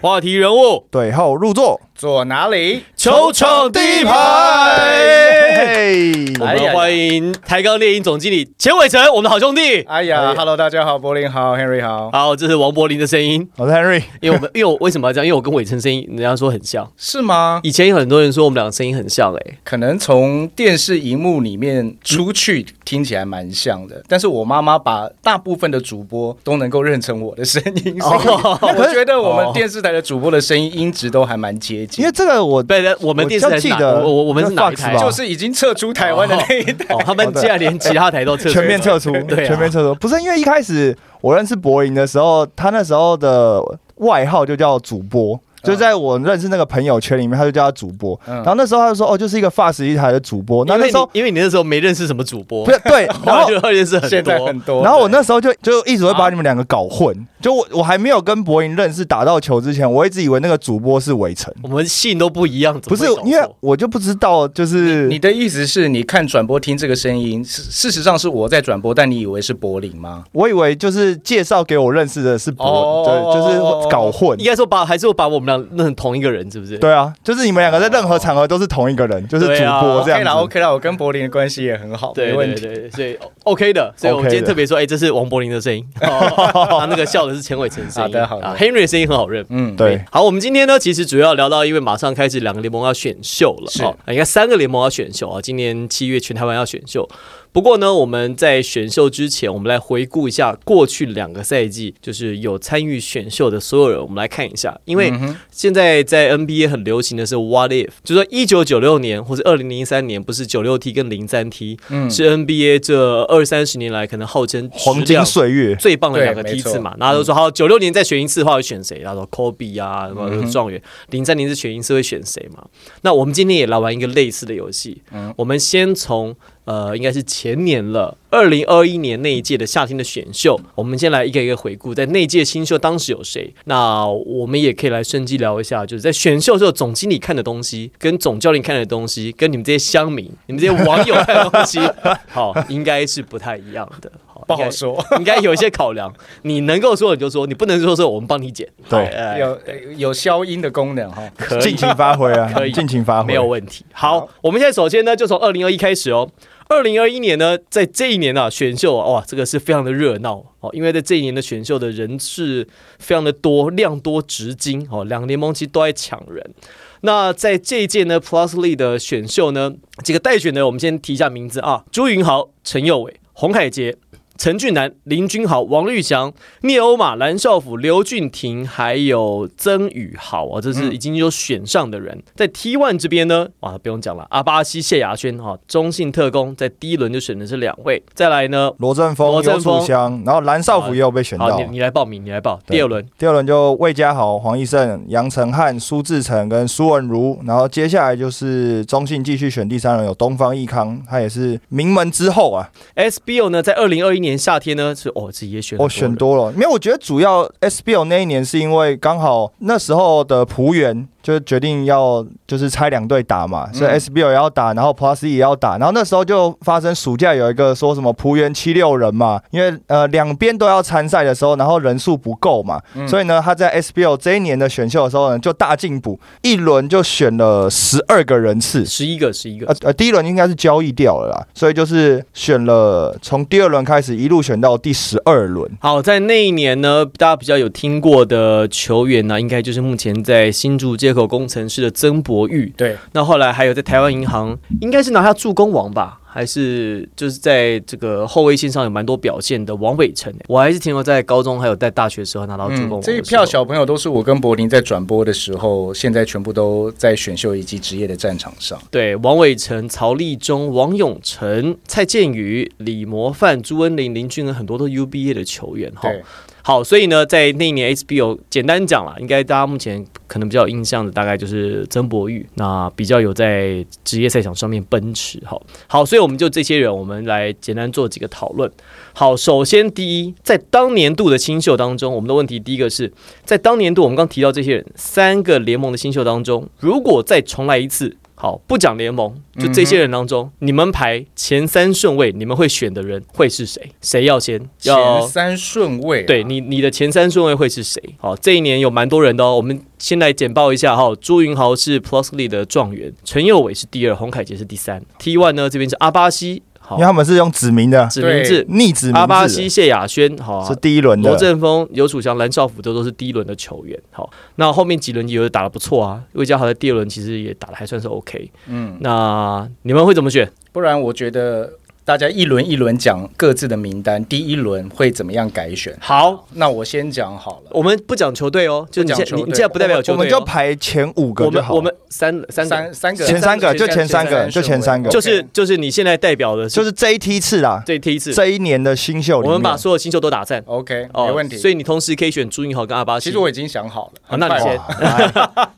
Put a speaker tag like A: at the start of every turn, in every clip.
A: 话题人物，
B: 对号入座，
C: 坐哪里？
A: 球场第一排。
B: 嘿
A: 我们哎欢迎台钢猎鹰总经理钱伟成，我们的好兄弟。
C: 哎呀，Hello，大家好，柏林好，Henry 好，
A: 好，这是王柏林的声音，
B: 我是 Henry，
A: 因为我们，因为我为什么要这样？因为我跟伟成声音，人家说很像。
C: 是吗？
A: 以前有很多人说我们两个声音很像、欸，
C: 可能从电视荧幕里面出去听起来蛮像的，但是我妈妈把大部分的主播都能够认成我的声音，所以我觉得我们电视台的主播的声音音质都还蛮接
B: 因
C: 近
B: 为。这个我
A: 对的，我们电视台是
B: 我
A: 哪
B: 记得
A: 我我我们是哪一台？
B: 那 Fox 吧
C: 就是已经撤出台湾的那一代，
A: 哦，他们竟然连其他台都撤
B: 全面撤出，
A: 对啊
B: 全面撤出，不是因为一开始我认识柏林的时候，他那时候的外号就叫主
A: 嗯
B: 播。就在我认识那个朋友圈里面，他就叫他主播。
C: 嗯
B: 然后那时候他就说：“哦，就是一个发十一台的主播。”那
A: 因
B: 那
A: 为
B: 时候
A: 你因为你那时候没认识什么主播
B: 不，是 对，然
A: 然后
B: 后
A: 就啊认识很
C: 现在
A: 多
C: 很。多。
B: 然后我那时候就就一直会把你们两个搞混，就我我还没有跟博莹认识打到球之前，我一直以为那个主播是围城，
A: 我们姓都不一样，怎
B: 不
A: 么
B: 是
A: 会搞错
B: 因为我就不知道，就是
C: 你的意思是你看转播听这个声音，事事实上是我在转播，但你以为是柏林吗？
B: 我以为就是介绍给我认识的是博，
C: 哦
B: 对，就是搞混
A: 应。该说把还是我把我们俩弄成同一个人，是不是？
B: 对啊，就是你们两个在任何场合都是同一个人，就是主
A: 啊
B: 播这
C: OK 啦
B: 样子。
C: ，OK 啦，我跟柏林的关系也很好，
A: 对
C: 没问
A: 对
C: 题。
A: 对，对所以 OK 的，所以我们
B: OK
A: 今天
B: 的
A: 特别说，哎，这是王柏林的声 音，他那个笑的是钱伟成的声音，
C: 好的好的
A: 啊，Henry 的声音很好认。
C: 嗯，
B: 对，
A: 好，我们今天呢，其实主要聊到，因为马上开始两个联盟要选秀了，
C: 是
A: 哦，应该三个联盟要选秀啊，今年七月全台湾要选秀。不过呢，我们在选秀之前，我们来回顾一下过去两个赛季，就是有参与选秀的所有人，我们来看一下，因
B: 嗯
A: 为现在在 NBA 很流行的是 What If，就说一九九六年或者二零零三年，不是九六 T 跟零三 T，、是 NBA 这二三十年来可能号称
B: 嗯黄
A: 质
B: 金
A: 量
B: 岁月，
A: 最棒的
C: 对
A: 两个
C: 没
A: 梯次
C: 错嗯
A: 嘛，然后就说好，九六年再选一次的话会选谁？然后说 Kobe 啊，什
C: 嗯
A: 么状元，零三年是选一次会选谁嘛？那我们今天也来玩一个类似的游戏，
C: 嗯
A: 我们先从呃，应该是前年了，二零二一年那一届的夏天的选秀，我们先来一个一个回顾，在那一届新秀当时有谁？那我们也可以来趁机聊一下，就是在选秀的时候，总经理看的东西，跟总教练看的东西，跟你们这些乡民、你们这些网友看的 东西，好，应该是不太一样的。好
C: 不
A: 应
C: 好
A: 该
C: 说。
A: 应该有一些考量。你能够说你就说，你不能说说我们帮你剪。
B: 对
A: 好哎
C: 有有消音的功能哈，
A: 可
B: 尽
A: 以，
B: 情发挥啊
A: 可以，
B: 尽情发挥。
A: 没有问题。好，我们现在首先呢，就从二零二一开始哦。二零二一年呢，在这一年啊，选秀啊，哇，这个是非常的热闹哦，因为在这一年的选秀的人是非常的多，量多值精哦，两个联盟其实都在抢人。那在这一届呢，Plus Lee 的选秀呢，几个待选呢，我们先提一下名字啊：朱云豪、陈佑伟、洪凯杰、陈俊南、林君豪、王绿祥、聂欧马、蓝少辅、刘俊廷，还有曾宇豪啊，这
B: 嗯
A: 是已经有选上的人。在 T One 这边呢，哇，不用讲了，阿巴西、谢亚轩哈、中信特工在第一轮就选的是两位，再来呢，
B: 罗振峰、
A: 罗振
B: 游
A: 峰啊
B: 楚香，然后蓝少辅也有被选
A: 好，
B: 到
A: 你。你来报名，你来报
B: 对
A: 第二轮。
B: 第二轮就魏家豪、黄奕胜、杨成汉、苏志成跟苏文如，然后接下来就是中信继续选第三轮，有东方益康，他也是名门之后啊，
A: SBO 呢，在二零二一年夏天呢，是哦，这也选
B: 我、
A: 很
B: 选
A: 人
B: 多了，没有，我觉得主要 SBL 那一年是因为刚好那时候的葡员就是决定要就是拆两队打嘛，所以 SBL 也要打，然后 Plus 也要打，然后那时候就发生暑假有一个说什么葡员七六人嘛，因为呃两边都要参赛的时候，然后人数不够嘛，所以呢他在 SBL 这一年的选秀的时候呢就大进补，一轮就选了十二个人次，
A: 十一个，十一个。
B: 呃呃，第一轮应该是交易掉了啦，所以就是选了从第二轮开始一路选到第十二轮。
A: 好，在那一年呢，大家比较有听过的球员呢、应该就是目前在新竹接口工程师的曾博玉。
C: 对，
A: 那后来还有在台湾银行，应该是拿下助攻王吧，还是就是在这个后卫线上有蛮多表现的嗯王伟成、我还是停留在高中还有在大学时候拿到助攻王、
C: 嗯，这一票，小朋友都是我跟柏林在转播的时候，现在全部都在选秀以及职业的战场上。
A: 对，王伟成、曹立忠、王永成、蔡建宇、李模范、朱恩林、林俊恩，很多都 UBA 的球员哈。
C: 对，
A: 好，所以呢，在那一年 HBO 简单讲了，应该大家目前可能比较有印象的，大概就是曾博玉，那比较有在职业赛场上面奔驰。好，好，所以我们就这些人，我们来简单做几个讨论。好，首先第一，在当年度的新秀当中，我们的问题第一个是在当年度我们刚提到这些人三个联盟的新秀当中，如果再重来一次。好，不讲联盟，就这些人当中，你们排前三顺位，你们会选的人会是谁？谁要先？
C: 前
A: 要
C: 三顺位、啊
A: 对，你你的前三顺位会是谁？好，这一年有蛮多人的哦。我们先来简报一下哈，朱云豪是 Plus League 的状元，陈佑伟是第二，洪凯杰是第三。T One 呢这边是阿巴西，好
B: 因为，他们是用指名的，
A: 指名制，
B: 逆指名制的
A: 阿巴西、谢雅轩，好啊、
B: 是第一轮
A: 罗
B: 的，
A: 振峰、尤楚祥、蓝少辅这都是第一轮的球员。好，那后面几轮也有打得不错啊，魏嘉豪在第二轮其实也打得还算是 OK。嗯，那你们会怎么选？
C: 不然我觉得大家一轮一轮讲各自的名单，第一轮会怎么样改选？
A: 好，
C: 那我先讲好了，
A: 我们不讲球队哦，就你现
C: 不讲球
A: 你
C: 队
A: 你现在不代表球
B: 我
A: 队、
B: 们
A: 哦，
B: 就排前五个
A: 我
B: 就
A: 们
B: 好。
A: 我们三三个
C: 三，三个
B: 前三个就前三
C: 三
B: 个就前三个
A: 就
C: 顺位
A: 是就是你现在代表的
B: 就是是这一梯次啦，
A: 这梯次，
B: 这一年的新秀里
A: 我
B: 面，
A: 们把所有新秀都打散。哦
C: OK，没问题。
A: 所以你同时可以选朱云豪跟阿巴西。
C: 其实我已经想好了，
A: 好，那你
C: 很快
A: 先
C: 吧。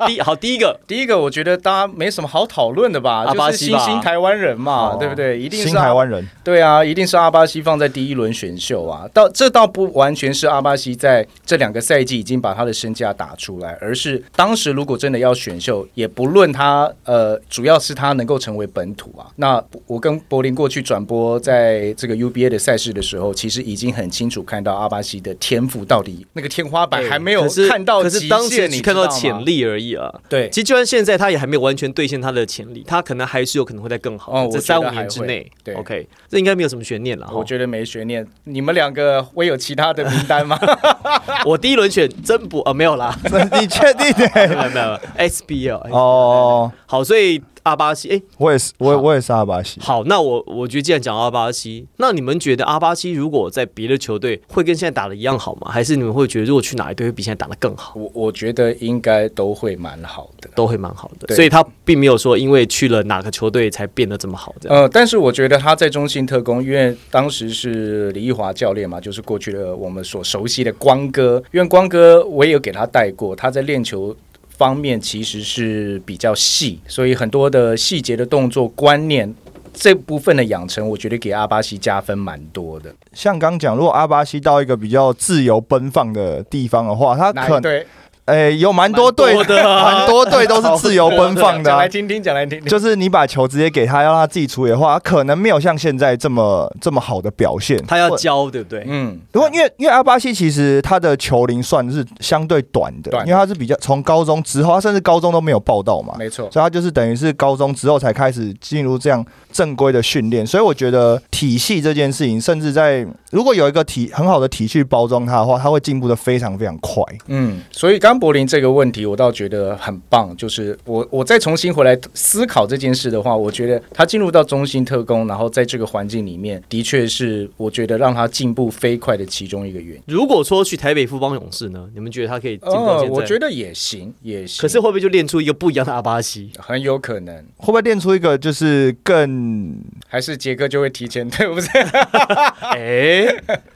A: 第好第一个，
C: 第一个，我觉得大家没什么好讨论的吧，
A: 阿巴
C: 就是
A: 西
C: 新
A: 吧
C: 兴台湾人 嘛，
B: 哦
C: 对不对？一定是
B: 新
C: 阿
B: 台湾人，
C: 对啊，一定是阿巴西放在第一轮选秀啊。到这倒不完全是阿巴西在这两个赛季已经把他的身价打出来，而是当时如果真的要选秀，也不论他呃，主要是他能够成为本土啊。那我跟柏林过去转播在这个 UBA 的赛事的时候，其实已经很清楚看到阿巴西的天赋到底那个天花板还没有
A: 可是
C: 看到
A: 可
C: 极
A: 是
C: 限
A: 当时
C: 你
A: 只看到
C: 知道吗
A: 潜力而已啊。
C: 对
A: 其实就算现在他也还没有完全兑现他的潜力，他可能还是有可能会在更好，
C: 哦
A: 在
C: 我觉得
A: 三五
C: 还
A: 年之
C: 会
A: 内。
C: 对
A: o k 这应该没有什么悬念了。
C: 啊我觉得没悬念，你们两个会有其他的名单吗？
A: 得我第一轮选真不啊，没有啦，
B: 你确定
A: 没
B: 的？
A: 有没有 SBL 哎
B: 哦，
A: 好，所以阿巴西，哎、
B: 我也是，我
A: 好
B: 我也是阿巴西。
A: 好，那我我觉得既然讲到阿巴西，那你们觉得阿巴西如果在别的球队会跟现在打的一样好吗？还是你们会觉得如果去哪一队会比现在打的更好？
C: 我我觉得应该都会蛮好的。
A: 都会蛮好的，
C: 对
A: 所以他并没有说因为去了哪个球队才变得这么好这样。
C: 呃，但是我觉得他在中信特工，因为当时是李易华教练嘛，就是过去的我们所熟悉的光哥，因为光哥我也有给他带过，他在练球。方面其实是比较细，所以很多的细节的动作观念这部分的养成，我觉得给阿巴西加分蛮多的。
B: 像刚讲，如果阿巴西到一个比较自由奔放的地方的话，他
C: 哪
B: 可
C: 一队？
B: 诶有蛮多队，
A: 蛮多 的啊
B: 蛮多队都是自由奔放的
C: 讲
B: 啊、
C: 来听听，讲来听听。
B: 就是你把球直接给他，要他自己处理的话，他可能没有像现在这么这么好的表现。
A: 他要
B: 或
A: 教，对不对？
C: 嗯，
B: 如果因为因为阿巴西其实他的球龄算是相对短的，
C: 短
B: 因为他是比较从高中之后，他甚至高中都没有报道嘛，
C: 嗯没错。
B: 所以他就是等于是高中之后才开始进入这样正规的训练。所以我觉得体系这件事情，甚至在如果有一个体很好的体系去包装他的话，他会进步的非常非常快。
C: 嗯，所以刚柏林这个问题，我倒觉得很棒。就是我我再重新回来思考这件事的话，我觉得他进入到中心特工，然后在这个环境里面，的确是我觉得让他进步飞快的其中一个原因。
A: 如果说去台北富邦勇士呢，你们觉得他可以进到
C: 哦
A: 现，在？
C: 我觉得也行，也行。
A: 可是会不会就练出一个不一样的阿巴 西？
C: 很有可能
B: 会不会练出一个就是更
C: 还是杰哥就会提前 退，不是？
A: 哎、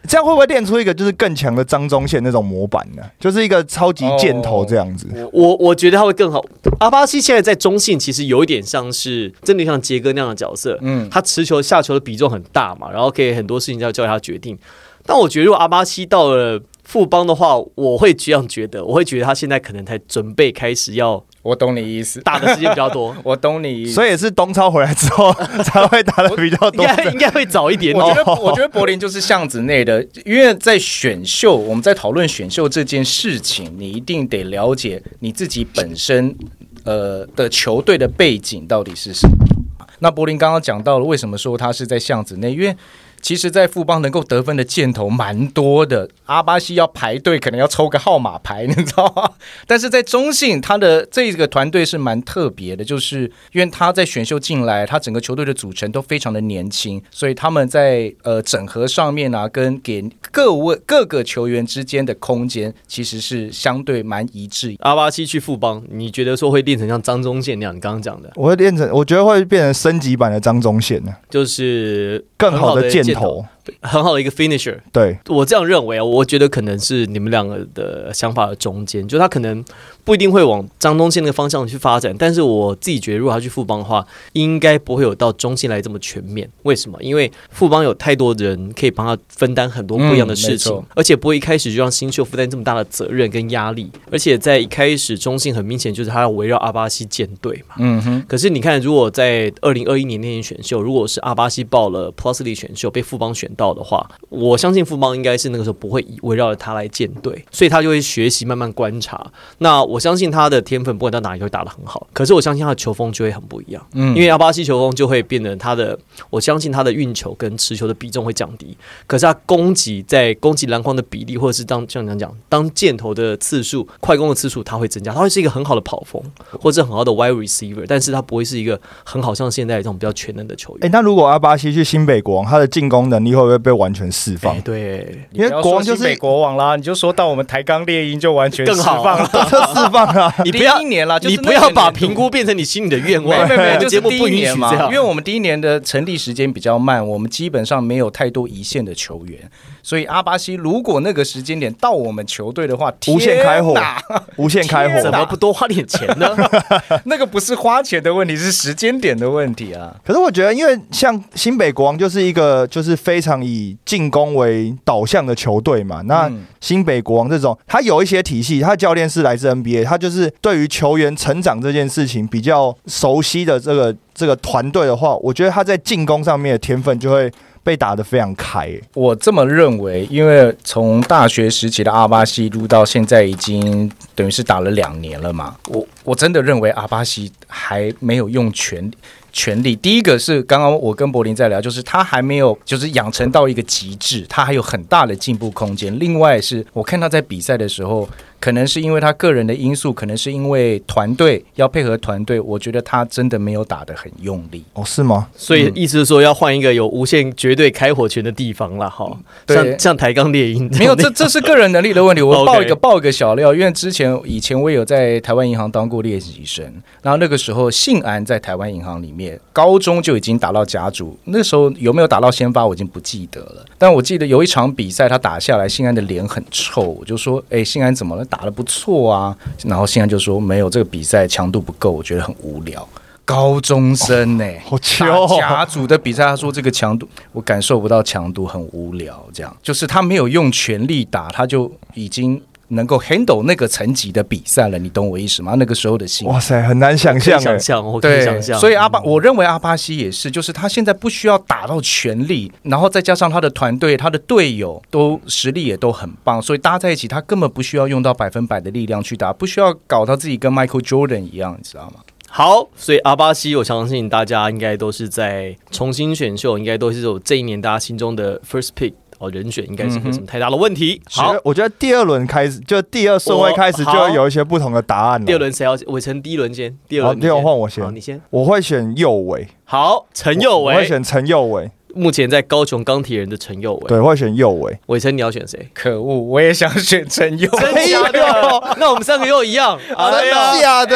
B: 这样会不会练出一个就是更强的张忠宪那种模板呢？就是一个超级箭头这样子。
A: 我我觉得他会更好。阿巴西现在在中信其实有一点像是真的像杰哥那样的角色，
C: 嗯，
A: 他持球下球的比重很大嘛，然后可以很多事情要交给他决定。但我觉得如果阿巴西到了富邦的话，我会这样觉得，我会觉得他现在可能才准备开始要
C: 我懂你意思，
A: 打的时间比较多
C: ，我懂你意思。
B: 所以也是东超回来之 后才会打的比较
A: 应
B: 多
A: 该
B: 的。
A: 应该会早一点
C: 我觉
A: 哦。
C: 得，我觉得柏林就是巷子内的，因为在选秀，我们在讨论选秀这件事情，你一定得了解你自己本身，呃的球队的背景到底是什么。那柏林刚刚讲到了，为什么说他是在巷子内？因为其实，在富邦能够得分的箭头蛮多的，阿巴西要排队，可能要抽个号码牌，你知道吗？ 但是在中信，他的这个团队是蛮特别的，就是因为他在选秀进来，他整个球队的组成都非常的年轻，所以他们在呃整合上面啊，跟给各位各个球员之间的空间，其实是相对蛮一致。
A: 阿巴西去富邦，你觉得说会练成像张忠宪那样？你刚刚讲的，
B: 我会练成，我觉得会变成升级版的张忠宪呢，
A: 就是
B: 更好的
A: 箭
B: 箭头。
A: 很好的一个 finisher。
B: 对，
A: 我这样认为啊，我觉得可能是你们两个的想法的中间，就他可能不一定会往张东宪那个方向去发展，但是我自己觉得，如果他去富邦的话，应该不会有到中信来这么全面。为什么？因为富邦有太多人可以帮他分担很多不一样的事情，
C: 嗯没错
A: 而且不会一开始就让新秀负担这么大的责任跟压力，而且在一开始，中信很明显就是他要围绕阿巴西建队嘛。
C: 嗯哼，
A: 可是你看，如果在二零二一年那年选秀，如果是阿巴西报了 Plus l e 选秀被富邦选到的话，我相信富邦应该是那个时候不会以围绕着他来建队，所以他就会学习慢慢观察。那我相信他的天分不管到哪里都会打得很好，可是我相信他的球风就会很不一样，
C: 嗯
A: 因为阿巴西球风就会变得他的，我相信他的运球跟持球的比重会降低，可是他攻击在攻击篮筐的比例，或者是当像讲讲当箭头的次数、快攻的次数，他会增加，他会是一个很好的跑锋。或者很好的 wide receiver，但是他不会是一个很好像现在这种比较全能的球
B: 哎、
A: 员。
B: 那如果阿巴西去新北国王，他的进攻能力会不会被完全释放
A: 哎？对，
B: 因为国王就是
C: 美国王啦，你就说到我们抬杠猎鹰就完全
A: 更好啊
C: 释放了，
B: 这释放啊 了、
A: 你不要
C: 啊第一年啦，就
A: 你
C: 是那
A: 不
C: 个
A: 要
C: 年
A: 把
C: 度
A: 评估变成你心里的愿
C: 没
A: 望。
C: 没
A: 我
C: 没，
A: 们
C: 就是
A: 节目不
C: 第一
A: 允
C: 年
A: 许
C: 嘛
A: 这，样，
C: 因 为我们第一年的成立时间比较慢，我们基本上没有太多一线的球员，所以阿巴西如果那个时间点到我们球队的话，
B: 无限开火
C: 天哪
B: 无限开
C: 天
A: 怎
C: 哪
B: 火。
A: 么不多花点钱呢？
C: 那个不是花钱的问题，是时间点的问题啊。
B: 可是我觉得，因为像新北国王就是一个就是非常以进攻为导向的球队嘛，那
C: 嗯
B: 新北国王这种，他有一些体系，他的教练是来自 NBA，他就是对于球员成长这件事情比较熟悉的这个这个团队的话，我觉得他在进攻上面的天分就会被打得非常开、欸
C: 我这么认为，因为从大学时期的阿巴西撸到现在，已经等于是打了两年了嘛。我我真的认为阿巴西还没有用全全力。第一个是刚刚我跟柏林在聊，就是他还没有就是养成到一个极致，他还有很大的进步空间。另外是我看他在比赛的时候，可能是因为他个人的因素，可能是因为团队要配合团队，我觉得他真的没有打得很用力。
B: 哦，是吗？
A: 所以意思是说要换一个有无限绝对开火权的地方了哈，
C: 对
A: 像像抬杠猎鹰种
C: 没有，这
A: 地
C: 这是个人能力的问 题。我
A: OK
C: 爆一个爆一个小料，因为之前以前我有在台湾银行当过练习生，然后那个时候信安在台湾银行里面，高中就已经打到甲组，那时候有没有打到先发我已经不记得了，但我记得有一场比赛他打下来，信安的脸很臭，我就说，哎，信安怎么了？打得不错啊，然后信安就说没有，这个比赛强度不够，我觉得很无聊。高中生呢、欸
B: 好糗
C: 打
B: 哦
C: 甲组的比赛，他说这个强度我感受不到强度，很无聊。这样就是他没有用全力打，他就已经能够 handle 那个层级的比赛了。你懂我意思吗？那个时候的心
B: 哇塞，很难想
A: 可以
B: 象、
A: 想
B: 欸。
A: 象，我可以
C: 对，
A: 想象。嗯
C: 所以嗯阿巴，我认为阿巴西也是，就是他现在不需要打到全力，然后再加上他的团队、他的队友都实力也都很棒，所以搭在一起，他根本不需要用到百分百的力量去打，不需要搞到自己跟 Michael Jordan 一样，你知道吗？
A: 好，所以阿巴西，我相信大家应该都是在重新选秀，应该都是有这一年大家心中的 first pick 哦人选，应该是没有什么太大的问题。好
B: 我觉，得我觉得第二轮开始，就第二顺位开始，就
A: 我好
B: 会有一些不同的答案了。
A: 第二轮谁要先？伟成第一轮先，第二
B: 好
A: 轮你先
B: 第二换我先
A: 好，你先。
B: 我会选右尾，
A: 好，陈佑
B: 我我会
A: 维，
B: 选陈右尾，
A: 目前在高雄钢铁人的陈佑维。
B: 对，我会选右尾。
A: 伟成，你要选谁？
C: 可恶，我也想选陈 佑。
A: 真的假的？那我们三个又一样。哎呀
B: 真的假
C: 哎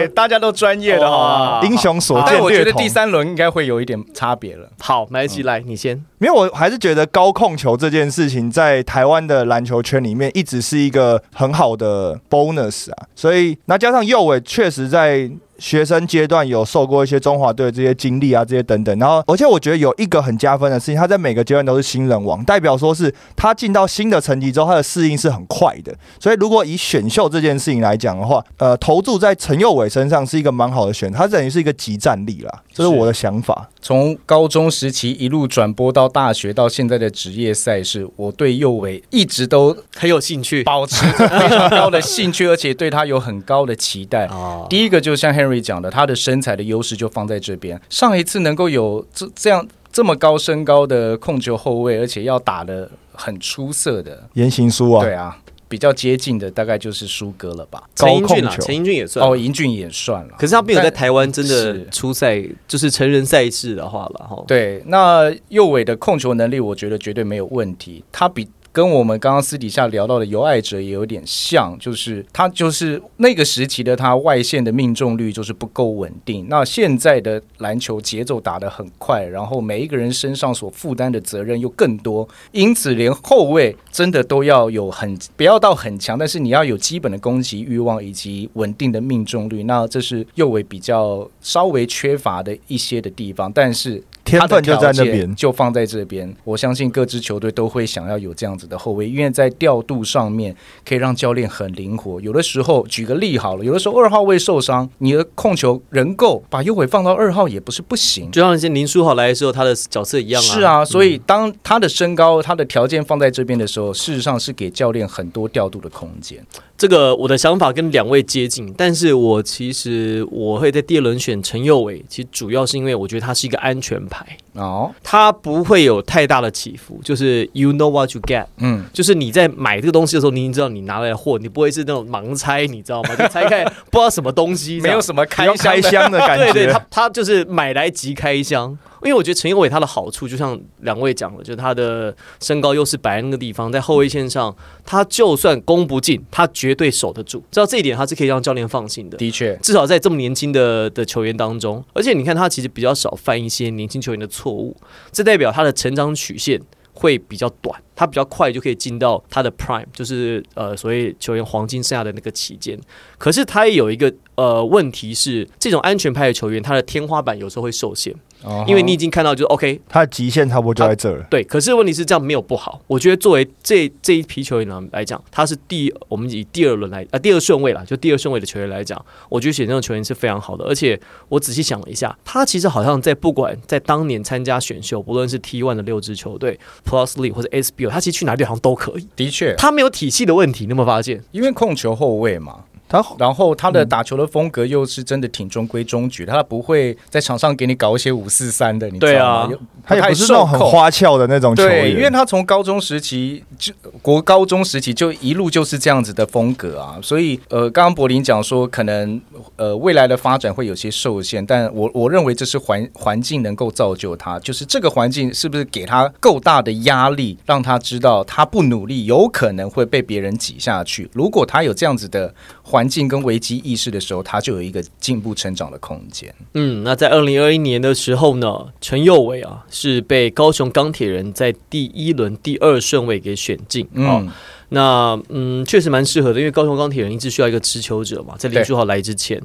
B: 的？
C: 大家都专业的哈。
A: 哇
B: 英雄所
A: 好
B: 见
C: 但我觉
B: 略
C: 得
B: 同。
C: 第三轮应该会有一点差别了。
A: 好，没关系，来你先。
B: 没有，我还是觉得高控球这件事情在台湾的篮球圈里面一直是一个很好的 bonus 啊，所以那加上右尾确实在。学生阶段有受过一些中华队这些经历啊，这些等等，然后而且我觉得有一个很加分的事情，他在每个阶段都是新人王，代表说是他进到新的层级之后，他的适应是很快的。所以如果以选秀这件事情来讲的话，呃，投注在陈佑伟身上是一个蛮好的选，他等于是一个集战力啦，这是
C: 是
B: 我的想法。
C: 从高中时期一路转播到大学，到现在的职业赛事，我对右维一直都
A: 很有兴趣
C: 保持着非常高的兴趣，而且对他有很高的期 待。
A: 哦。
C: 第一个就像 Henry 讲的，他的身材的优势就放在这边。上一次能够有这这样这么高身高的控球后卫，而且要打得很出色的，
B: 言行书啊，
C: 对啊，比较接近的大概就是舒哥了吧？
A: 陈英俊啦啊
B: 高控，球
A: 陈英俊也算。
C: 哦，英俊也算了。
A: 可是他没有在
C: 但
A: 台湾真的
C: 是
A: 出赛，就是成人赛事的话了哈。
C: 对，那右尾的控球能力，我觉得绝对没有问题。他比跟我们刚刚私底下聊到的尤爱哲也有点像，就是他就是那个时期的他外线的命中率就是不够稳定。那现在的篮球节奏打得很快，然后每一个人身上所负担的责任又更多，因此连后卫真的都要有很不要到很强，但是你要有基本的攻击欲望以及稳定的命中率。那这是右卫比较稍微缺乏的一些的地方，但是
B: 天
C: 他的
B: 分就在那
C: 条件
B: 边
C: 就放在这边。我相信各支球队都会想要有这样子的后卫，因为在调度上面可以让教练很灵活。有的时候，举个例好了，有的时候二号位受伤，你的控球人够，把右腿放到二号也不是不行。
A: 就像林书豪来的时候，他的角色一样啊。
C: 是，啊，所以当他的身高、他的条件放在这边的时候，事实上是给教练很多调度的空间。
A: 这个我的想法跟两位接近，但是我其实我会在第二轮选陈佑伟，其实主要是因为我觉得他是一个安全牌，
C: 哦，
A: 他不会有太大的起伏，就是 you know what you get。
C: 嗯，
A: 就是你在买这个东西的时候，你已经知道你拿来的货，你不会是那种盲拆，你知道吗？就拆 开不知道什么东西这样，
C: 没有什么
B: 不
C: 开
B: 用
C: 箱
B: 开
C: 的
B: 箱的感 觉。
A: 对对，他他就是买来即开箱。因为我觉得陈友伟他的好处，就像两位讲的，就是他的身高优势摆在那个地方，在后卫线上，他就算攻不进，他绝对守得住。知道这一点，他是可以让教练放心的。
C: 的确，
A: 至少在这么年轻的的球员当中，而且你看他其实比较少犯一些年轻球员的错误，这代表他的成长曲线会比较短，他比较快就可以进到他的 prime，就是呃所谓球员黄金生涯的那个期间。可是他也有一个呃问题是，这种安全派的球员，他的天花板有时候会受限，
C: 哦
A: 因为你已经看到就是 OK
B: 他的极限差不多就在这了。
A: 对，可是问题是这样没有不好。我觉得作为这这一批球员来来讲，他是第我们以第二轮来啊、第二顺位啦，就第二顺位的球员来讲，我觉得选这种球员是非常好的。而且我仔细想了一下，他其实好像在不管在当年参加选秀，不论是 T1 的六支球队、Plus League 或者 SBL，他其实去哪里好像都可以。
C: 的确，
A: 他没有体系的问题，你有没有发现？
C: 因为控球后卫嘛，
B: 他
C: 然后他的打球的风格又是真的挺中规中矩，他不会在场上给你搞一些五四三的，你知
A: 对
C: 道
A: 啊
C: 吗？又
B: 他也
C: 太
B: 不是那种
C: 受
B: 很
C: 控
B: 花俏的那种球
C: 对，因为
B: 员，
C: 他从高中时期就国高中时期就一路就是这样子的风格啊，所以呃，刚刚柏林讲说可能呃未来的发展会有些受限，但我我认为这是环环境能够造就他，就是这个环境是不是给他够大的压力，让他知道他不努力有可能会被别人挤下去。如果他有这样子的环境跟危机意识的时候，他就有一个进步成长的空间。
A: 嗯，那在二零二一年的时候呢，陈佑伟啊是被高雄钢铁人在第一轮第二顺位给选进。哦
C: 嗯，
A: 那嗯，确实蛮适合的，因为高雄钢铁人一直需要一个持球者嘛，在林书豪来之前。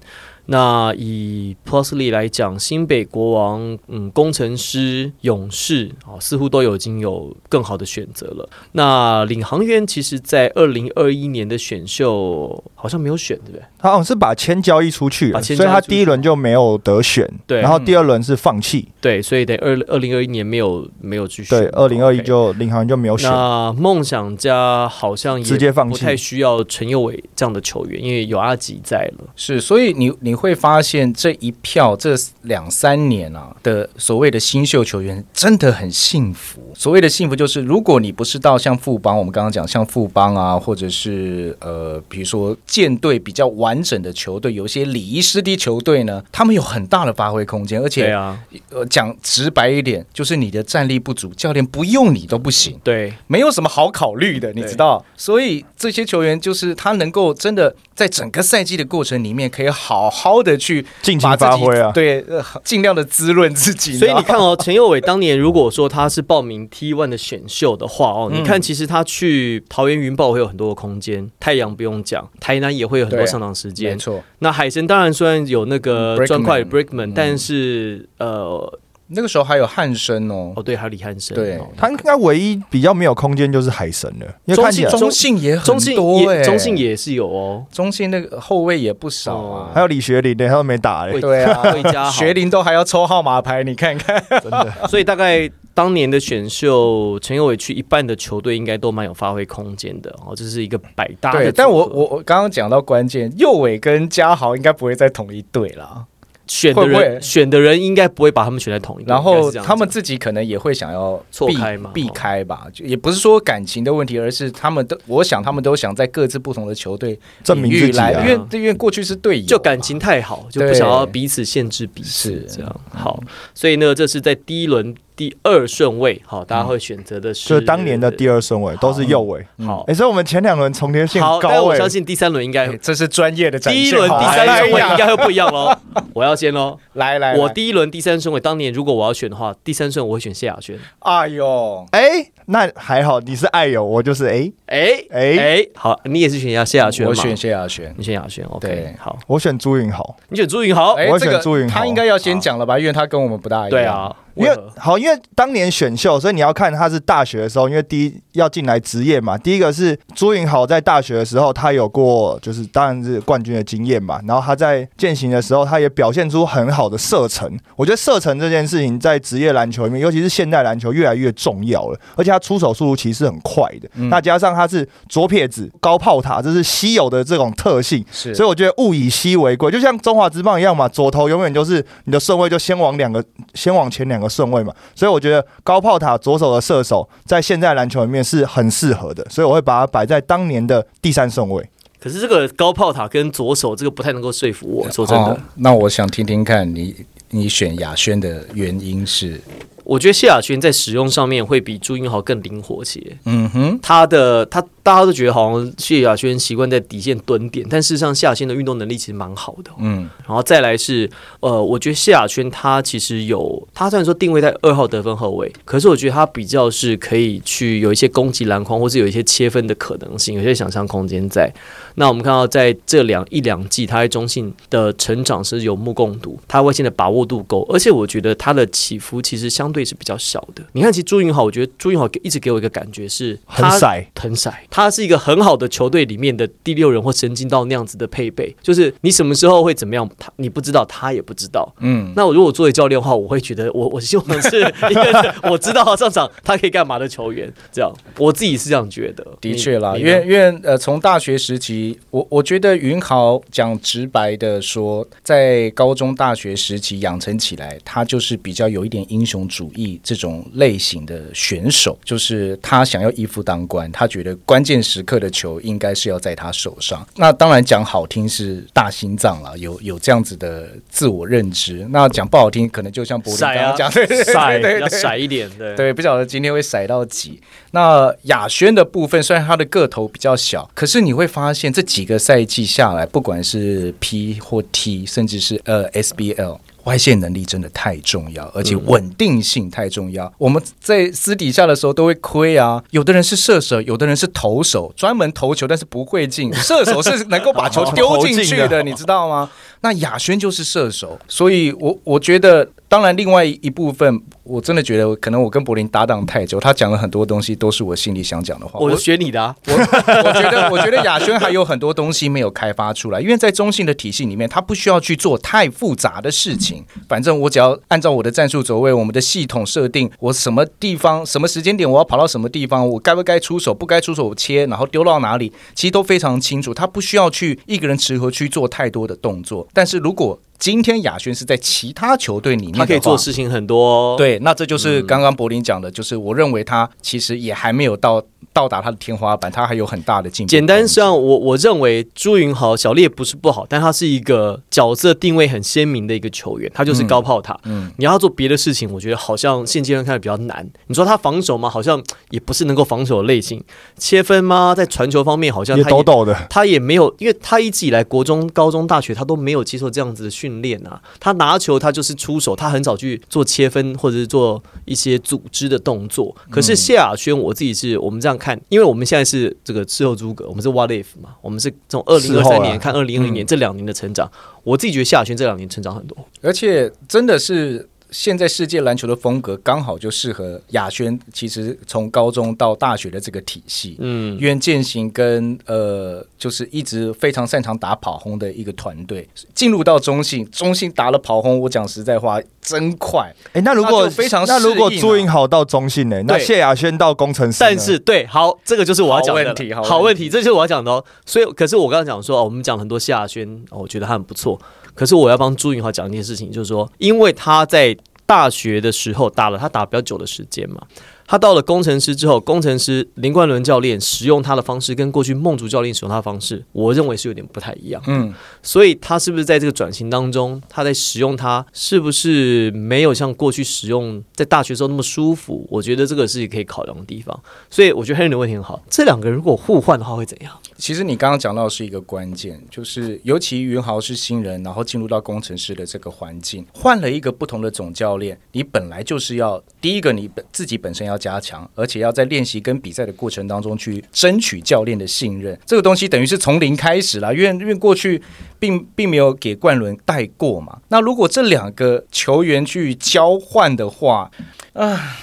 A: 那以 Plus l e 来讲，新北国王、嗯，工程师、勇士啊、哦，似乎都有已经有更好的选择了。那领航员其实，在二零二一年的选秀好像没有选，对不对？
B: 他好像是把签交易出去了，
A: 把签
B: 所以
A: 交
B: 他
A: 易出去
B: 第一轮就没有得选，
A: 对
B: 然后第二轮是放弃，
A: 对，所以等二二零二一年没有没有去选。
B: 对，二零二一
A: OK
B: 就领航员就没有选，
A: 那梦想家好像也
B: 直接放弃
A: 不太需要陈佑伟这样的球员，因为有阿吉在了。
C: 是，所以你你会发现这一票这两三年啊的所谓的新秀球员真的很幸福。所谓的幸福就是，如果你不是到像富邦，我们刚刚讲像富邦啊，或者是呃，比如说舰队比较完整的球队，有一些礼仪师的球队呢，他们有很大的发挥空间，而
A: 对
C: 且、
A: 啊，
C: 呃讲直白一点，就是你的战力不足，教练不用你都不行。
A: 对，
C: 没有什么好考虑的，你知道。所以这些球员就是他能够真的在整个赛季的过程里面，可以好好的去
B: 尽情
C: 把自己
B: 发挥啊。
C: 对，呃尽量的滋润自己。
A: 所以你
C: 知道
A: 看哦，陈佑伟当年如果说他是报名 T1 的选秀的话哦，
C: 嗯
A: 你看其实他去桃园云豹会有很多的空间，太阳不用讲，台南也会有很多
C: 对
A: 上场时
C: 没
A: 间。
C: 错，
A: 那海神当然虽然有那个
C: Brickman
A: 砖块 Brickman，
C: 嗯
A: 但是呃，
C: 那个时候还有汉生哦，
A: 哦对，还有李汉生，
C: 对
A: 哦
B: 他应该唯一比较没有空间就是海神了，因为看起来
A: 啊中
C: 中信也很
A: 中信
C: 多哎、
A: 也中信也是有哦，
C: 中信那个后卫也不少啊。
B: 还有李学林，他都没打嘞
A: 魏，
C: 对 啊
A: 魏哦家豪
C: 学龄都还要抽号码牌，你看看。
B: 真的。
A: 所以大概当年的选秀，陈友伟去一半的球队应该都蛮有发挥空间的哦，这是一个百搭的组合。
C: 对，但我我我刚刚讲到关键，右伟跟嘉豪应该不会在同一队啦。
A: 选的人
C: 会不会
A: 选的人应该不会把他们选在同一个，
C: 然
A: 应该
C: 后
A: 是这样
C: 他们
A: 讲
C: 自己可能也会想要
A: 错
C: 避
A: 开嘛
C: 避
A: 哦
C: 开吧，就也不是说感情的问题，而是他们都，我想他们都想在各自不同的球队
B: 证明
C: 领域
B: 自己啊
C: 来，因为因为过去是队友嘛，
A: 就感情太好，就不
C: 对
A: 想要彼此限制彼此
C: 是
A: 这样。好，所以呢，这是在第一轮第二顺位，好，大家
C: 嗯
A: 会选择的是嗯
B: 就是当年的第二顺位都是右尾。
A: 好
B: 哎，所以我们前两轮重叠性
A: 好，但
B: 高
A: 我
B: 哎
A: 相，信第三轮应该
C: 哎这是专业的展现。
A: 第一轮第三
C: 哎
A: 顺位
C: 呀
A: 应该会不一样喽。我要先喽，
C: 来来，
A: 我
C: 来，
A: 第一轮第三顺位，当年如果我要选的话，第三顺位我会选谢雅轩。
C: 哎呦，
B: 哎，那还好，你是爱友，我就是哎，
A: 哎
B: 哎
A: 哎，好，你也是选一下谢雅轩嘛？
C: 我选谢亚轩。
A: 你选雅轩，OK，
C: 对
A: 好，
B: 我选朱云豪，
A: 你选朱云豪，
C: 哎
B: 哦我，
C: 这
B: 选朱
C: 个
B: 云豪
C: 他应该要先讲了吧，因为他跟我们不大一样。
A: 对，啊，
B: 因
A: 为
B: 为
A: 何
B: 好，因为当年选秀，所以你要看他是大学的时候，因为第一要进来职业嘛。第一个是朱云豪在大学的时候，他有过就是当然是冠军的经验嘛。然后他在践行的时候，他也表现出很好的射程。我觉得射程这件事情在职业篮球里面，尤其是现代篮球越来越重要了。而且他出手速度其实很快的，
A: 嗯
B: 那加上他是左撇子、高炮塔，这是稀有的这种特性。
C: 是，
B: 所以我觉得物以稀为贵，就像中华之棒一样嘛，左投永远就是你的顺位就先往两个，先往前两个顺位嘛。所以我觉得高炮塔左手的射手在现在篮球里面是很适合的，所以我会把它摆在当年的第三顺位。
A: 可是这个高炮塔跟左手这个不太能够说服我，说真
C: 哦
A: 的，，
C: 那我想听听看你你选亚轩的原因是，
A: 我觉得谢雅轩在使用上面会比朱云豪更灵活些。
C: 嗯哼，
A: 他的他大家都觉得好像谢雅轩习惯在底线蹲点，但事实上谢雅轩的运动能力其实蛮好的哦、
C: 嗯，
A: 然后再来是，呃，我觉得谢亚轩他其实有，他虽然说定位在二号得分后卫，可是我觉得他比较是可以去有一些攻击篮筐，或是有一些切分的可能性，有些想象空间在。那我们看到在这两一两季，他在中信的成长是有目共睹，他外线的把握度够，而且我觉得他的起伏其实相对是比较小的。你看，其实朱云豪，我觉得朱云豪给一直给我一个感觉是
B: 很
A: 他
B: 塞
A: 很骰，他是一个很好的球队里面的第六人或神经到那样子的配备，就是你什么时候会怎么样，他你不知道，他也不知道。嗯，那我如果作为教练的话，我会觉得我我希望是一个我知道上场他可以干嘛的球员，这样我自己是这样觉得。
C: 的
A: 你
C: 确啦，
A: 你
C: 因
A: 呢
C: 为因为呃，从大学时期，我我觉得云豪讲直白的说，在高中、大学时期养成起来，他就是比较有一点英雄主义这种类型的选手，就是他想要一夫当关，他觉得关键时刻的球应该是要在他手上。那当然讲好听是大心脏啦，有有这样子的自我认知。那讲不好听，可能就像柏林刚
A: 骰啊
C: 刚讲的，对对
A: 骰
C: 对对
A: 要
C: 对
A: 骰一点，对。
C: 对，不晓得今天会甩到几。那亚轩的部分，虽然他的个头比较小，可是你会发现这几个赛季下来，不管是 P 或 T，甚至是呃 SBL。外线能力真的太重要，而且稳定性太重要。我们在私底下的时候都会亏啊，有的人是射手，有的人是投手，专门投球但是不会进。射手是能够把球
B: 投
C: 丢进
B: 进
C: 去
B: 的
C: 的，你知道吗？那亚轩就是射手，所以我我觉得，当然另外一部分，我真的觉得可能我跟柏林搭档太久，他讲了很多东西都是我心里想讲的话。
A: 我就学你的啊，
C: 我我觉得，我觉得亚轩还有很多东西没有开发出来，因为在中信的体系里面，他不需要去做太复杂的事情。反正我只要按照我的战术走位，我们的系统设定，我什么地方、什么时间点我要跑到什么地方，我该不该出手，不该出手我切，然后丢到哪里，其实都非常清楚。他不需要去一个人持球去做太多的动作。但是如果今天亚轩是在其他球队里面的话，
A: 他可以做事情很多、哦。，
C: 对，那这就是刚刚柏林讲的，就是我认为他其实也还没有到到达他的天花板，他还有很大的进步空间。
A: 简单上，我我认为朱云豪、小烈不是不好，但他是一个角色定位很鲜明的一个球员，他就是高炮塔。
C: 嗯
A: 你要他做别的事情，我觉得好像现阶段看来比较难。你说他防守吗？好像也不是能够防守的类型。切分吗？在传球方面，好像
B: 也
A: 他
B: 抖抖的，
A: 他也没有，因为他一直以来国中、高中、大学他都没有接受这样子的训练啊。他拿球，他就是出手，他很少去做切分或者是做一些组织的动作。可是谢亚轩，我自己是我们这样看，因为我们现在是这个事后诸葛，我们是 what if 嘛，我们是从二零
B: 事
A: 二
B: 后
A: 三
B: 啊
A: 年看二零二零年这两年的成长，我自己觉得谢亚轩这两年成长很多。
C: 而且真的是现在世界篮球的风格刚好就适合亚轩，其实从高中到大学的这个体系。
A: 嗯，
C: 因为践行跟呃，就是一直非常擅长打跑轰的一个团队，进入到中信，中信打了跑轰，我讲实在话，真快。
B: 哎，那如
C: 那
B: 果
C: 就非常
B: 那如果
C: 适应啊
B: 朱云豪到中信呢？那
A: 对
B: 谢亚轩到工程师呢，
A: 但是对，好，这个就是我要讲的
C: 好问题好问题
A: 好问题，这就是我要讲的哦。所以，可是我刚刚讲说，哦，我们讲很多谢亚轩，哦，我觉得他很不错。可是我要帮朱云豪讲一件事情，就是说，因为他在大学的时候打了，他打比较久的时间嘛，他到了工程师之后，工程师林冠伦教练使用他的方式跟过去梦竹教练使用他的方式，我认为是有点不太一样。
C: 嗯，
A: 所以他是不是在这个转型当中，他在使用它是不是没有像过去使用在大学时候那么舒服？我觉得这个是可以考量的地方。所以我觉得 Henry 的问题很好，这两个人如果互换的话会怎样？
C: 其实你刚刚讲到的是一个关键，就是尤其云豪是新人，然后进入到工程师的这个环境，换了一个不同的总教练，你本来就是要第一个你本自己本身要加强，而且要在练习跟比赛的过程当中去争取教练的信任，这个东西等于是从零开始啦，因为因为过去并并没有给冠伦带过嘛。那如果这两个球员去交换的话，啊，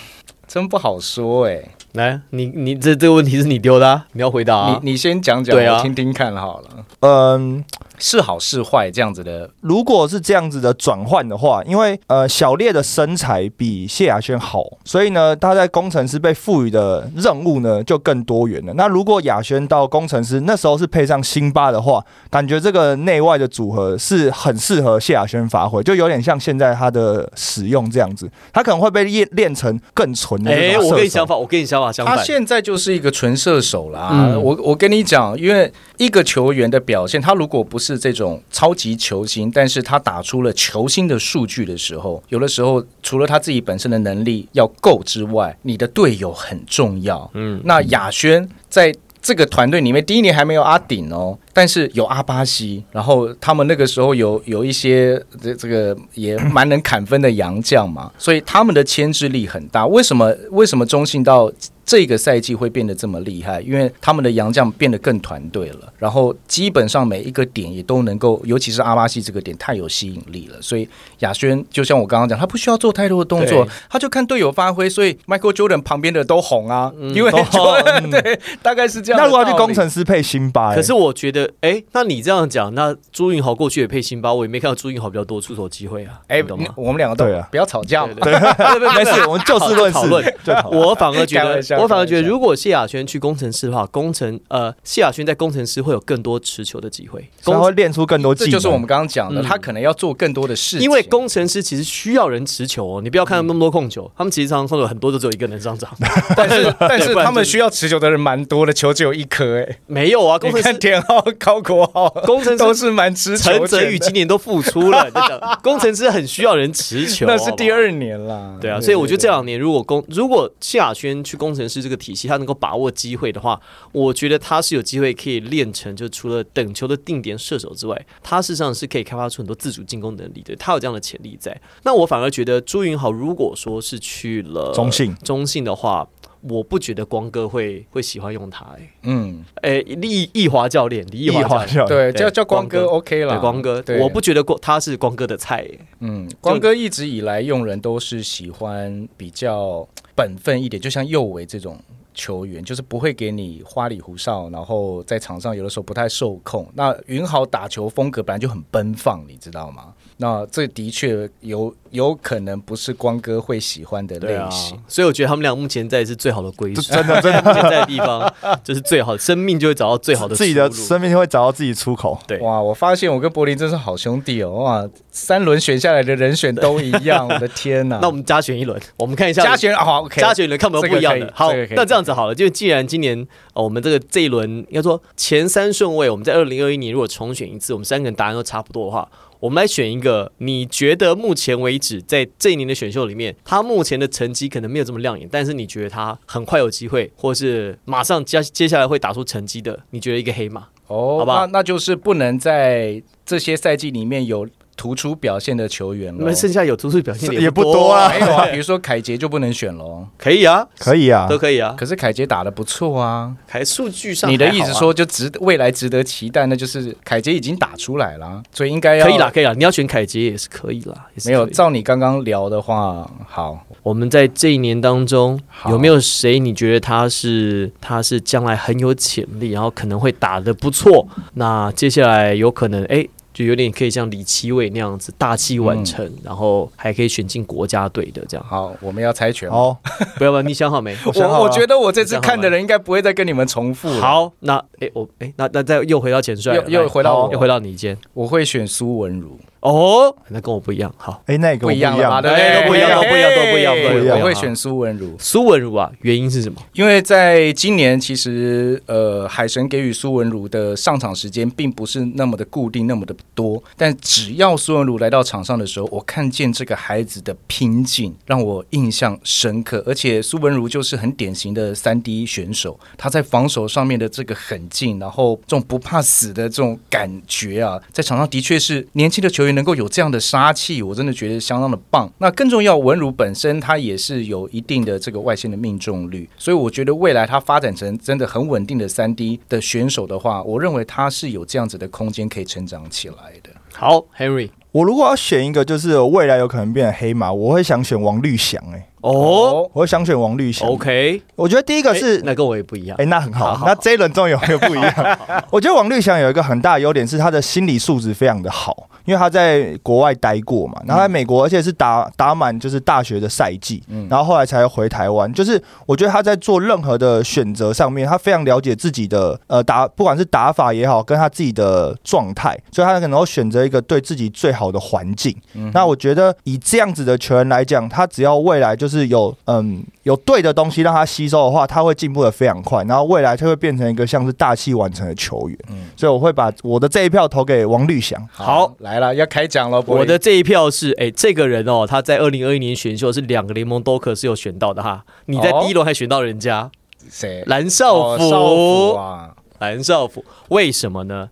C: 真不好说哎、
A: 来，你你这这个问题是你丢的、啊，你要回答、啊。
C: 你你先讲讲，
A: 对啊
C: 我听听看好了。呃
B: 嗯，
C: 是好是坏这样子的，
B: 如果是这样子的转换的话，因为呃小烈的身材比谢亚轩好，所以呢他在工程师被赋予的任务呢就更多元了。那如果亚轩到工程师那时候是配上辛巴的话，感觉这个内外的组合是很适合谢亚轩发挥，就有点像现在他的使用这样子，他可能会被练练成更纯的
A: 哎、
B: 那种
A: 我跟你
B: 射
A: 想
B: 手。
A: 法，我跟你想法相
C: 他
A: 反。
C: 现在就是一个纯射手啦。
A: 嗯
C: 我我跟你讲，因为一个球员的表现，他如果不是这种超级球星，但是他打出了球星的数据的时候，有的时候除了他自己本身的能力要够之外，你的队友很重要。
A: 嗯，
C: 那亚轩在这个团队里面，第一年还没有阿顶哦，但是有阿巴西，然后他们那个时候有有一些这这个也蛮能砍分的洋将嘛，
B: 嗯
C: 所以他们的牵制力很大。为什么为什么中信到这个赛季会变得这么厉害？因为他们的洋将变得更团队了，然后基本上每一个点也都能够，尤其是阿巴西这个点太有吸引力了，所以亚轩就像我刚刚讲，他不需要做太多的动作
A: 对，
C: 他就看队友发挥，所以 Michael Jordan 旁边的都红啊， 因为
B: 哦
C: Jordan-
B: 嗯
C: 对， 大概是这样
B: 那如
C: 的道理。
B: 果要去工程师配辛巴、欸
A: 可是我觉得，哎、那你这样讲，那朱云豪过去也配辛巴，我也没看到朱云豪比较多出手机会啊，
C: 哎，
A: 你懂
C: 你
A: 吗？
C: 我们两个都
B: 对啊
C: 不要吵架嘛。
A: 对对对，
B: 没事，我们就事论事，
A: 讨论
B: 就讨论
A: 我反而觉
C: 开玩笑
A: 得，我反而觉
C: 开玩
A: 得，
C: 笑
A: 如果谢亚轩去工程师的话，工程呃，谢亚轩在工程师会有更多持球的机会。
B: 然
A: 工
B: 后练出更多技
C: 这
B: 能。
C: 就是我们刚刚讲的，
A: 嗯
C: 他可能要做更多的事情，
A: 因为工程师其实需要人持球哦，你不要看他们那么多控球，他们其实常常控球很多都只有一个人上 场，
C: 但是但是
A: 不然
C: 他们
A: 就
C: 需要持球的人蛮多的，球只有一颗哎。
A: 没有啊，工
C: 你
A: 程
C: 看
A: 师
C: 田浩、高国浩
A: 工程
C: 都
A: 师
C: 是蛮持球
A: 陈
C: 权
A: 泽宇
C: 的
A: 今，年都复出了，真的，工程师很需要人持球，
C: 那
A: 好
C: 是
A: 不好
C: 第。二年啦。
A: 对啊，所以我觉得这两年如果工如果谢亚轩去工程师这个体系，他能够把握机会的话，我觉得他是有机会可以练成，就除了等球的定点射手之外，他事实上是可以开发出很多自主进攻能力的，他有这样的潜力在。那我反而觉得朱云豪如果说是去了
B: 中信
A: 中信的话，我不觉得光哥会会喜欢用他、欸。
C: 嗯，
A: 哎，易易华教练，李易华教
B: 华
A: 练。
B: 校
C: 对，
A: 对
C: 叫叫
A: 光
C: 光哥
A: 哥
C: OK 啦，
A: 对光哥
C: 对，
A: 我不觉得光他是光哥的菜、欸
C: 嗯，光哥一直以来用人都是喜欢比较本分一点，就像右维这种球员，就是不会给你花里胡哨，然后在场上有的时候不太受控。那云豪打球风格本来就很奔放，你知道吗？那这的确有有可能不是光哥会喜欢的
A: 对
C: 类
A: 啊
C: 型。，
A: 所以我觉得他们俩目前在是最好的归宿，
B: 真的真 的
A: 目前在的地方就是最好，生命就会找到最好的
B: 自己的
A: 出路
B: 生命会找到自己出口。
A: 对
C: 哇！我发现我跟柏林真是好兄弟哦！哇，三轮选下来的人选都一样，我的天 哪！
A: 那我们加选一轮，我们看一下
C: 加选好 OK，
A: 加选一轮看有没有不一样
C: 这
A: 的
C: 个。可以
A: 好
C: 这个可，以
A: 那这样子好了，就既然今年呃我们这个这一轮应该说前三顺位，我们在二零二一年如果重选一次，我们三个人答案都差不多的话。我们来选一个，你觉得目前为止在这一年的选秀里面，他目前的成绩可能没有这么亮眼，但是你觉得他很快有机会，或是马上接接下来会打出成绩的，你觉得一个黑马？
C: 哦，
A: 好不好
C: 那那就是不能在这些赛季里面有突出表现的球员
A: 你
C: 了
A: 们。剩下有突出表现的
B: 也不多
A: 啊，
B: 啊
C: 没 有啊，比如说凯杰就不能选喽。
A: 可以啊，
B: 可以啊
A: 都，可以啊。
C: 可是凯杰打的不错啊。
A: 还数据上还
C: 你
A: 好啊，
C: 的意思说就值未来值得期待，那就是凯杰已经打出来了，所以应该要
A: 可以啦，。啊可以啦，你要选凯杰也是可以啦，也是
C: 没有，
A: 可以
C: 照你刚刚聊的话，好，
A: 我们在这一年当中
C: 好
A: 有没有谁你觉得他是他是将来很有潜力，然后可能会打得不错？那接下来有可能哎。就有点可以像李奇伟那样子大器晚成，然后还可以选进国家队的 这样。
C: 好，我们要猜拳。
B: 好，
A: 不要不要，你想好没？
B: 我想好
C: 我
B: 了
C: 我觉得我这次看的人应该不会再跟你们重复了。，
A: 好，那哎我哎那那再又回到钱帅了，
C: 又又
A: 来
C: 回到
B: 好
C: 我
A: 又回到你一间。
C: 我会选苏文儒。
A: 哦，那跟我不一样。好，
B: 哎，那个我
C: 不一样了吧？对
A: 不一样哎都不一样都
C: 对？
A: 不一样
C: 嘿
A: 都不一样
B: 都不一样
C: 我会选苏文如，
A: 苏文如啊，原因是什么？
C: 因为在今年其实呃，海神给予苏文如的上场时间并不是那么的固定，那么的多。但只要苏文如来到场上的时候，我看见这个孩子的拼劲，让我印象深刻。而且苏文如就是很典型的三 D 选手，他在防守上面的这个狠劲，然后这种不怕死的这种感觉啊，在场上的确是年轻的球员能够有这样的杀气，我真的觉得相当的棒。那更重要，文儒本身他也是有一定的这个外线的命中率，所以我觉得未来他发展成真的很稳定的三 D 的选手的话，我认为他是有这样子的空间可以成长起来的。
A: 好，Henry，
B: 我如果要选一个，就是未来有可能变成黑马，我会想选王绿翔、哎，
A: 哦
B: 我会想选王绿翔。
A: ，OK，
B: 我觉得第一个是
A: 哎，那跟我也不一样
B: 哎、。那很好，
A: 好好
B: 那这一轮终于有一个不一样。我觉得王绿翔有一个很大的优点是他的心理素质非常的好，因为他在国外待过嘛，然后在美国，而且是打打满就是大学的赛季，然后后来才回台湾。就是我觉得他在做任何的选择上面，他非常了解自己的呃打，不管是打法也好，跟他自己的状态，所以他可能会选择一个对自己最好的环境。那我觉得以这样子的球员来讲，他只要未来就是有嗯有对的东西让他吸收的话，他会进步的非常快，然后未来他会变成一个像是大器晚成的球员。
C: 嗯
B: 所以我会把我的这一票投给王绿翔。
A: 好
C: 来了，要开奖了，博
A: 我
C: 伟
A: 的这一票是，哎、这个人哦，他在二零二一年选秀是两个联盟都可是有选到的哈。你在
C: 哦
A: 第一轮还选到人家
C: 谁？
A: 蓝少
C: 哦
A: 辅，
C: 少辅啊，
A: 蓝少辅，为什么呢？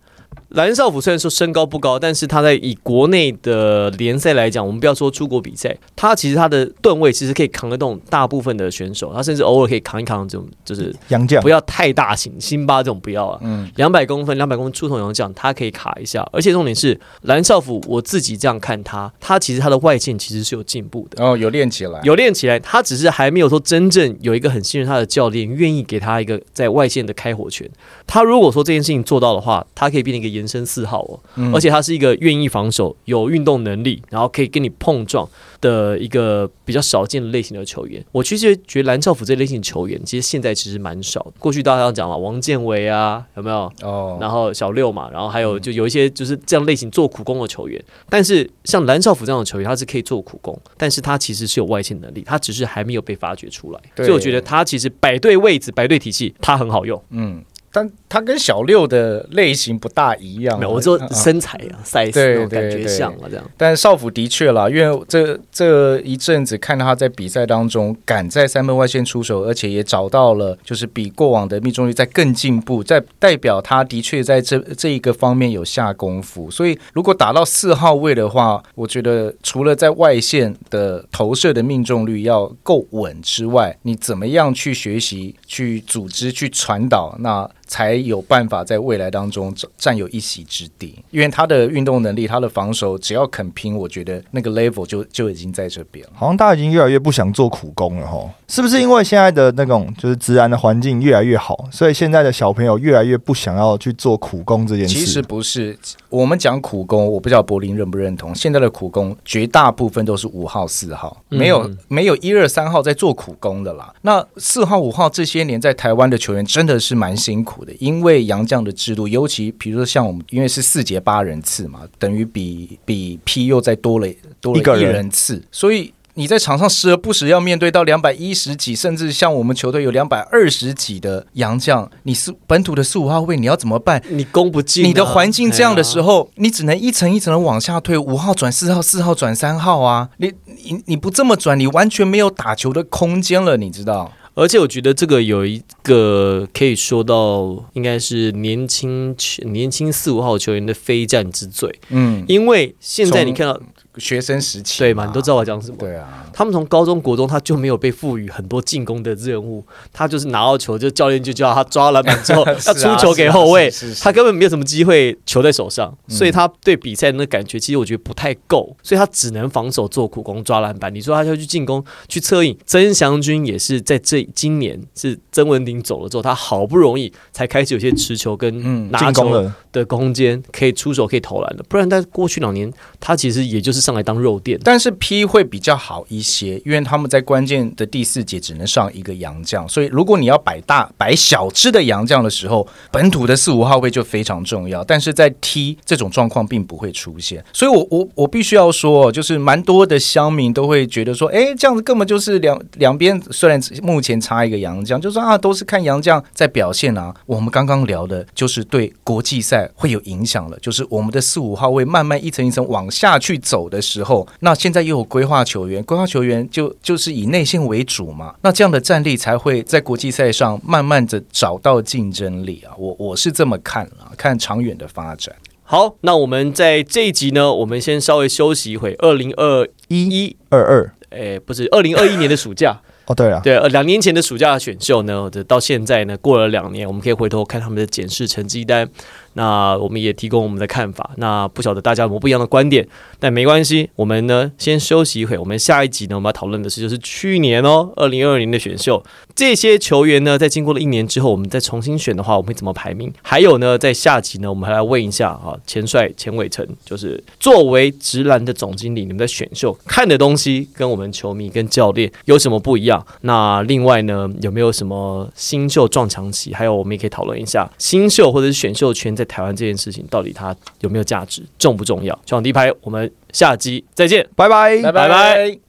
A: 蓝少辅虽然说身高不高，但是他在以国内的联赛来讲，我们不要说出国比赛，他其实他的吨位其实可以扛得动大部分的选手，他甚至偶尔可以扛一扛这种，就是
B: 杨将
A: 不要太大型，辛巴这种不要啊。
C: 嗯，
A: 两百公分、两百公分出头洋将，他可以卡一下。而且重点是，蓝少辅我自己这样看他，他其实他的外线其实是有进步的，
C: 哦，有练起来，
A: 有练起来。他只是还没有说真正有一个很信任他的教练，愿意给他一个在外线的开火权。他如果说这件事情做到的话，他可以变成一个延伸四号哦，
C: 嗯
A: 而且他是一个愿意防守、有运动能力，然后可以跟你碰撞的一个比较少见的类型的球员。我其实觉得蓝少辅这类型的球员，其实现在其实蛮少的。过去大家讲嘛，王建伟啊，有没有？
C: 哦，嗯
A: 然后小六嘛，然后还有就有一些就是这样类型做苦工的球员，但是像蓝少辅这样的球员，他是可以做苦工，但是他其实是有外线能力，他只是还没有被发掘出来，
C: 对
A: 所以我觉得他其实摆对位置、摆对体系，他很好用。
C: 嗯，但他跟小六的类型不大一样啊。
A: 没有，我说
C: 嗯
A: 身材啊、赛 size
C: 对
A: 那种感
C: 对
A: 觉
C: 对
A: 像啊，这样
C: 但少辅的确啦，因为这这一阵子看他在比赛当中敢在三分外线出手，而且也找到了就是比过往的命中率在更进步，在代表他的确在这这一个方面有下功夫。所以如果打到四号位的话，我觉得除了在外线的投射的命中率要够稳之外，你怎么样去学习、去组织、去传导，那才有办法在未来当中占占有一席之地。因为他的运动能力、他的防守，只要肯拼，我觉得那个 level 就就已经在这边了。
B: 好像大家已经越来越不想做苦工了吼，是不是因为现在的那种就是自然的环境越来越好，所以现在的小朋友越来越不想要去做苦工这件事？
C: 其实不是，我们讲苦工，我不知道柏林认不认同。现在的苦工绝大部分都是五号、四号，
A: 嗯
C: 没有没有一二三号在做苦工的啦。那四号、五号这些年在台湾的球员真的是蛮辛苦的，因为洋将的制度，尤其比如说像我们，因为是四节八人次嘛，等于比比 P 又再多了多了
B: 一个
C: 一
B: 人
C: 人次，所以。你在场上时而不时要面对到两百一十几，甚至像我们球队有两百二十几的洋将，你是本土的四五号位，你要怎么办？
A: 你攻不进啊、哎
C: 你的环境这样的时
A: 候，
C: 候，你只能一层一层的往下退，五号转四号，四号转三号啊！你你你不这么转，你完全没有打球的空间了，你知道？
A: 而且我觉得这个有一个可以说到应该是年轻年轻四五号球员的非战之罪，
C: 嗯，
A: 因为现在你看到
C: 学生时期
A: 对嘛，你都知道我讲什么。
C: 对啊，
A: 他们从高中、国中，他就没有被赋予很多进攻的任务，他就是拿到球，就教练就叫他抓篮板之后
C: 是
A: 要
C: 啊
A: 出球给后卫
C: 是啊是是，是嗯
A: 他根本没有什么机会球在手上，所以他对比赛的那感觉，其实我觉得不太够，所以他只能防守做苦工抓篮板。你说他要去进攻去策应，曾祥军也是在这今年是曾文鼎走了之后，他好不容易才开始有些持球跟
C: 嗯
A: 拿
B: 进
A: 球
B: 攻了，
A: 的空间，可以出手可以投篮的，不然在过去两年，他其实也就是上来当肉垫。
C: 但是 P 会比较好一些，因为他们在关键的第四节只能上一个洋将，所以如果你要摆大摆小只的洋将的时候，本土的四五号位就非常重要。但是在 T 这种状况并不会出现，所以我我我必须要说，就是蛮多的乡民都会觉得说，哎，这样子根本就是两两边虽然目前差一个洋将，就说啊都是看洋将在表现啊。我们刚刚聊的就是对国际赛会有影响了，就是我们的四五号位慢慢一层一层往下去走的时候，那现在又有规划球员，规划球员就就是以内线为主嘛，那这样的战力才会在国际赛上慢慢的找到竞争力啊。我我是这么看啊，看长远的发展。
A: 好，那我们在这一集呢，我们先稍微休息一会。二零二一，
B: 二二。
A: 哎，不是，二零二一年的暑假，
B: 哦，对了，
A: 对，呃，两年前的暑假选秀呢，这到现在呢，过了两年，我们可以回头看他们的检视成绩单。那我们也提供我们的看法。那不晓得大家有没有不一样的观点，但没关系，我们呢先休息一会。我们下一集呢，我们要讨论的是就是去年哦，二零二二年的选秀，这些球员呢，在经过了一年之后，我们再重新选的话，我们会怎么排名？还有呢，在下集呢，我们还来问一下啊，钱帅、钱伟成，就是作为直男的总经理，你们在选秀看的东西跟我们球迷跟教练有什么不一样？那另外呢，有没有什么新秀撞墙期？还有我们也可以讨论一下新秀或者是选秀圈在。在台湾这件事情到底它有没有价值，重不重要？全场第一排，我们下集再见，
B: 拜拜。
A: 拜拜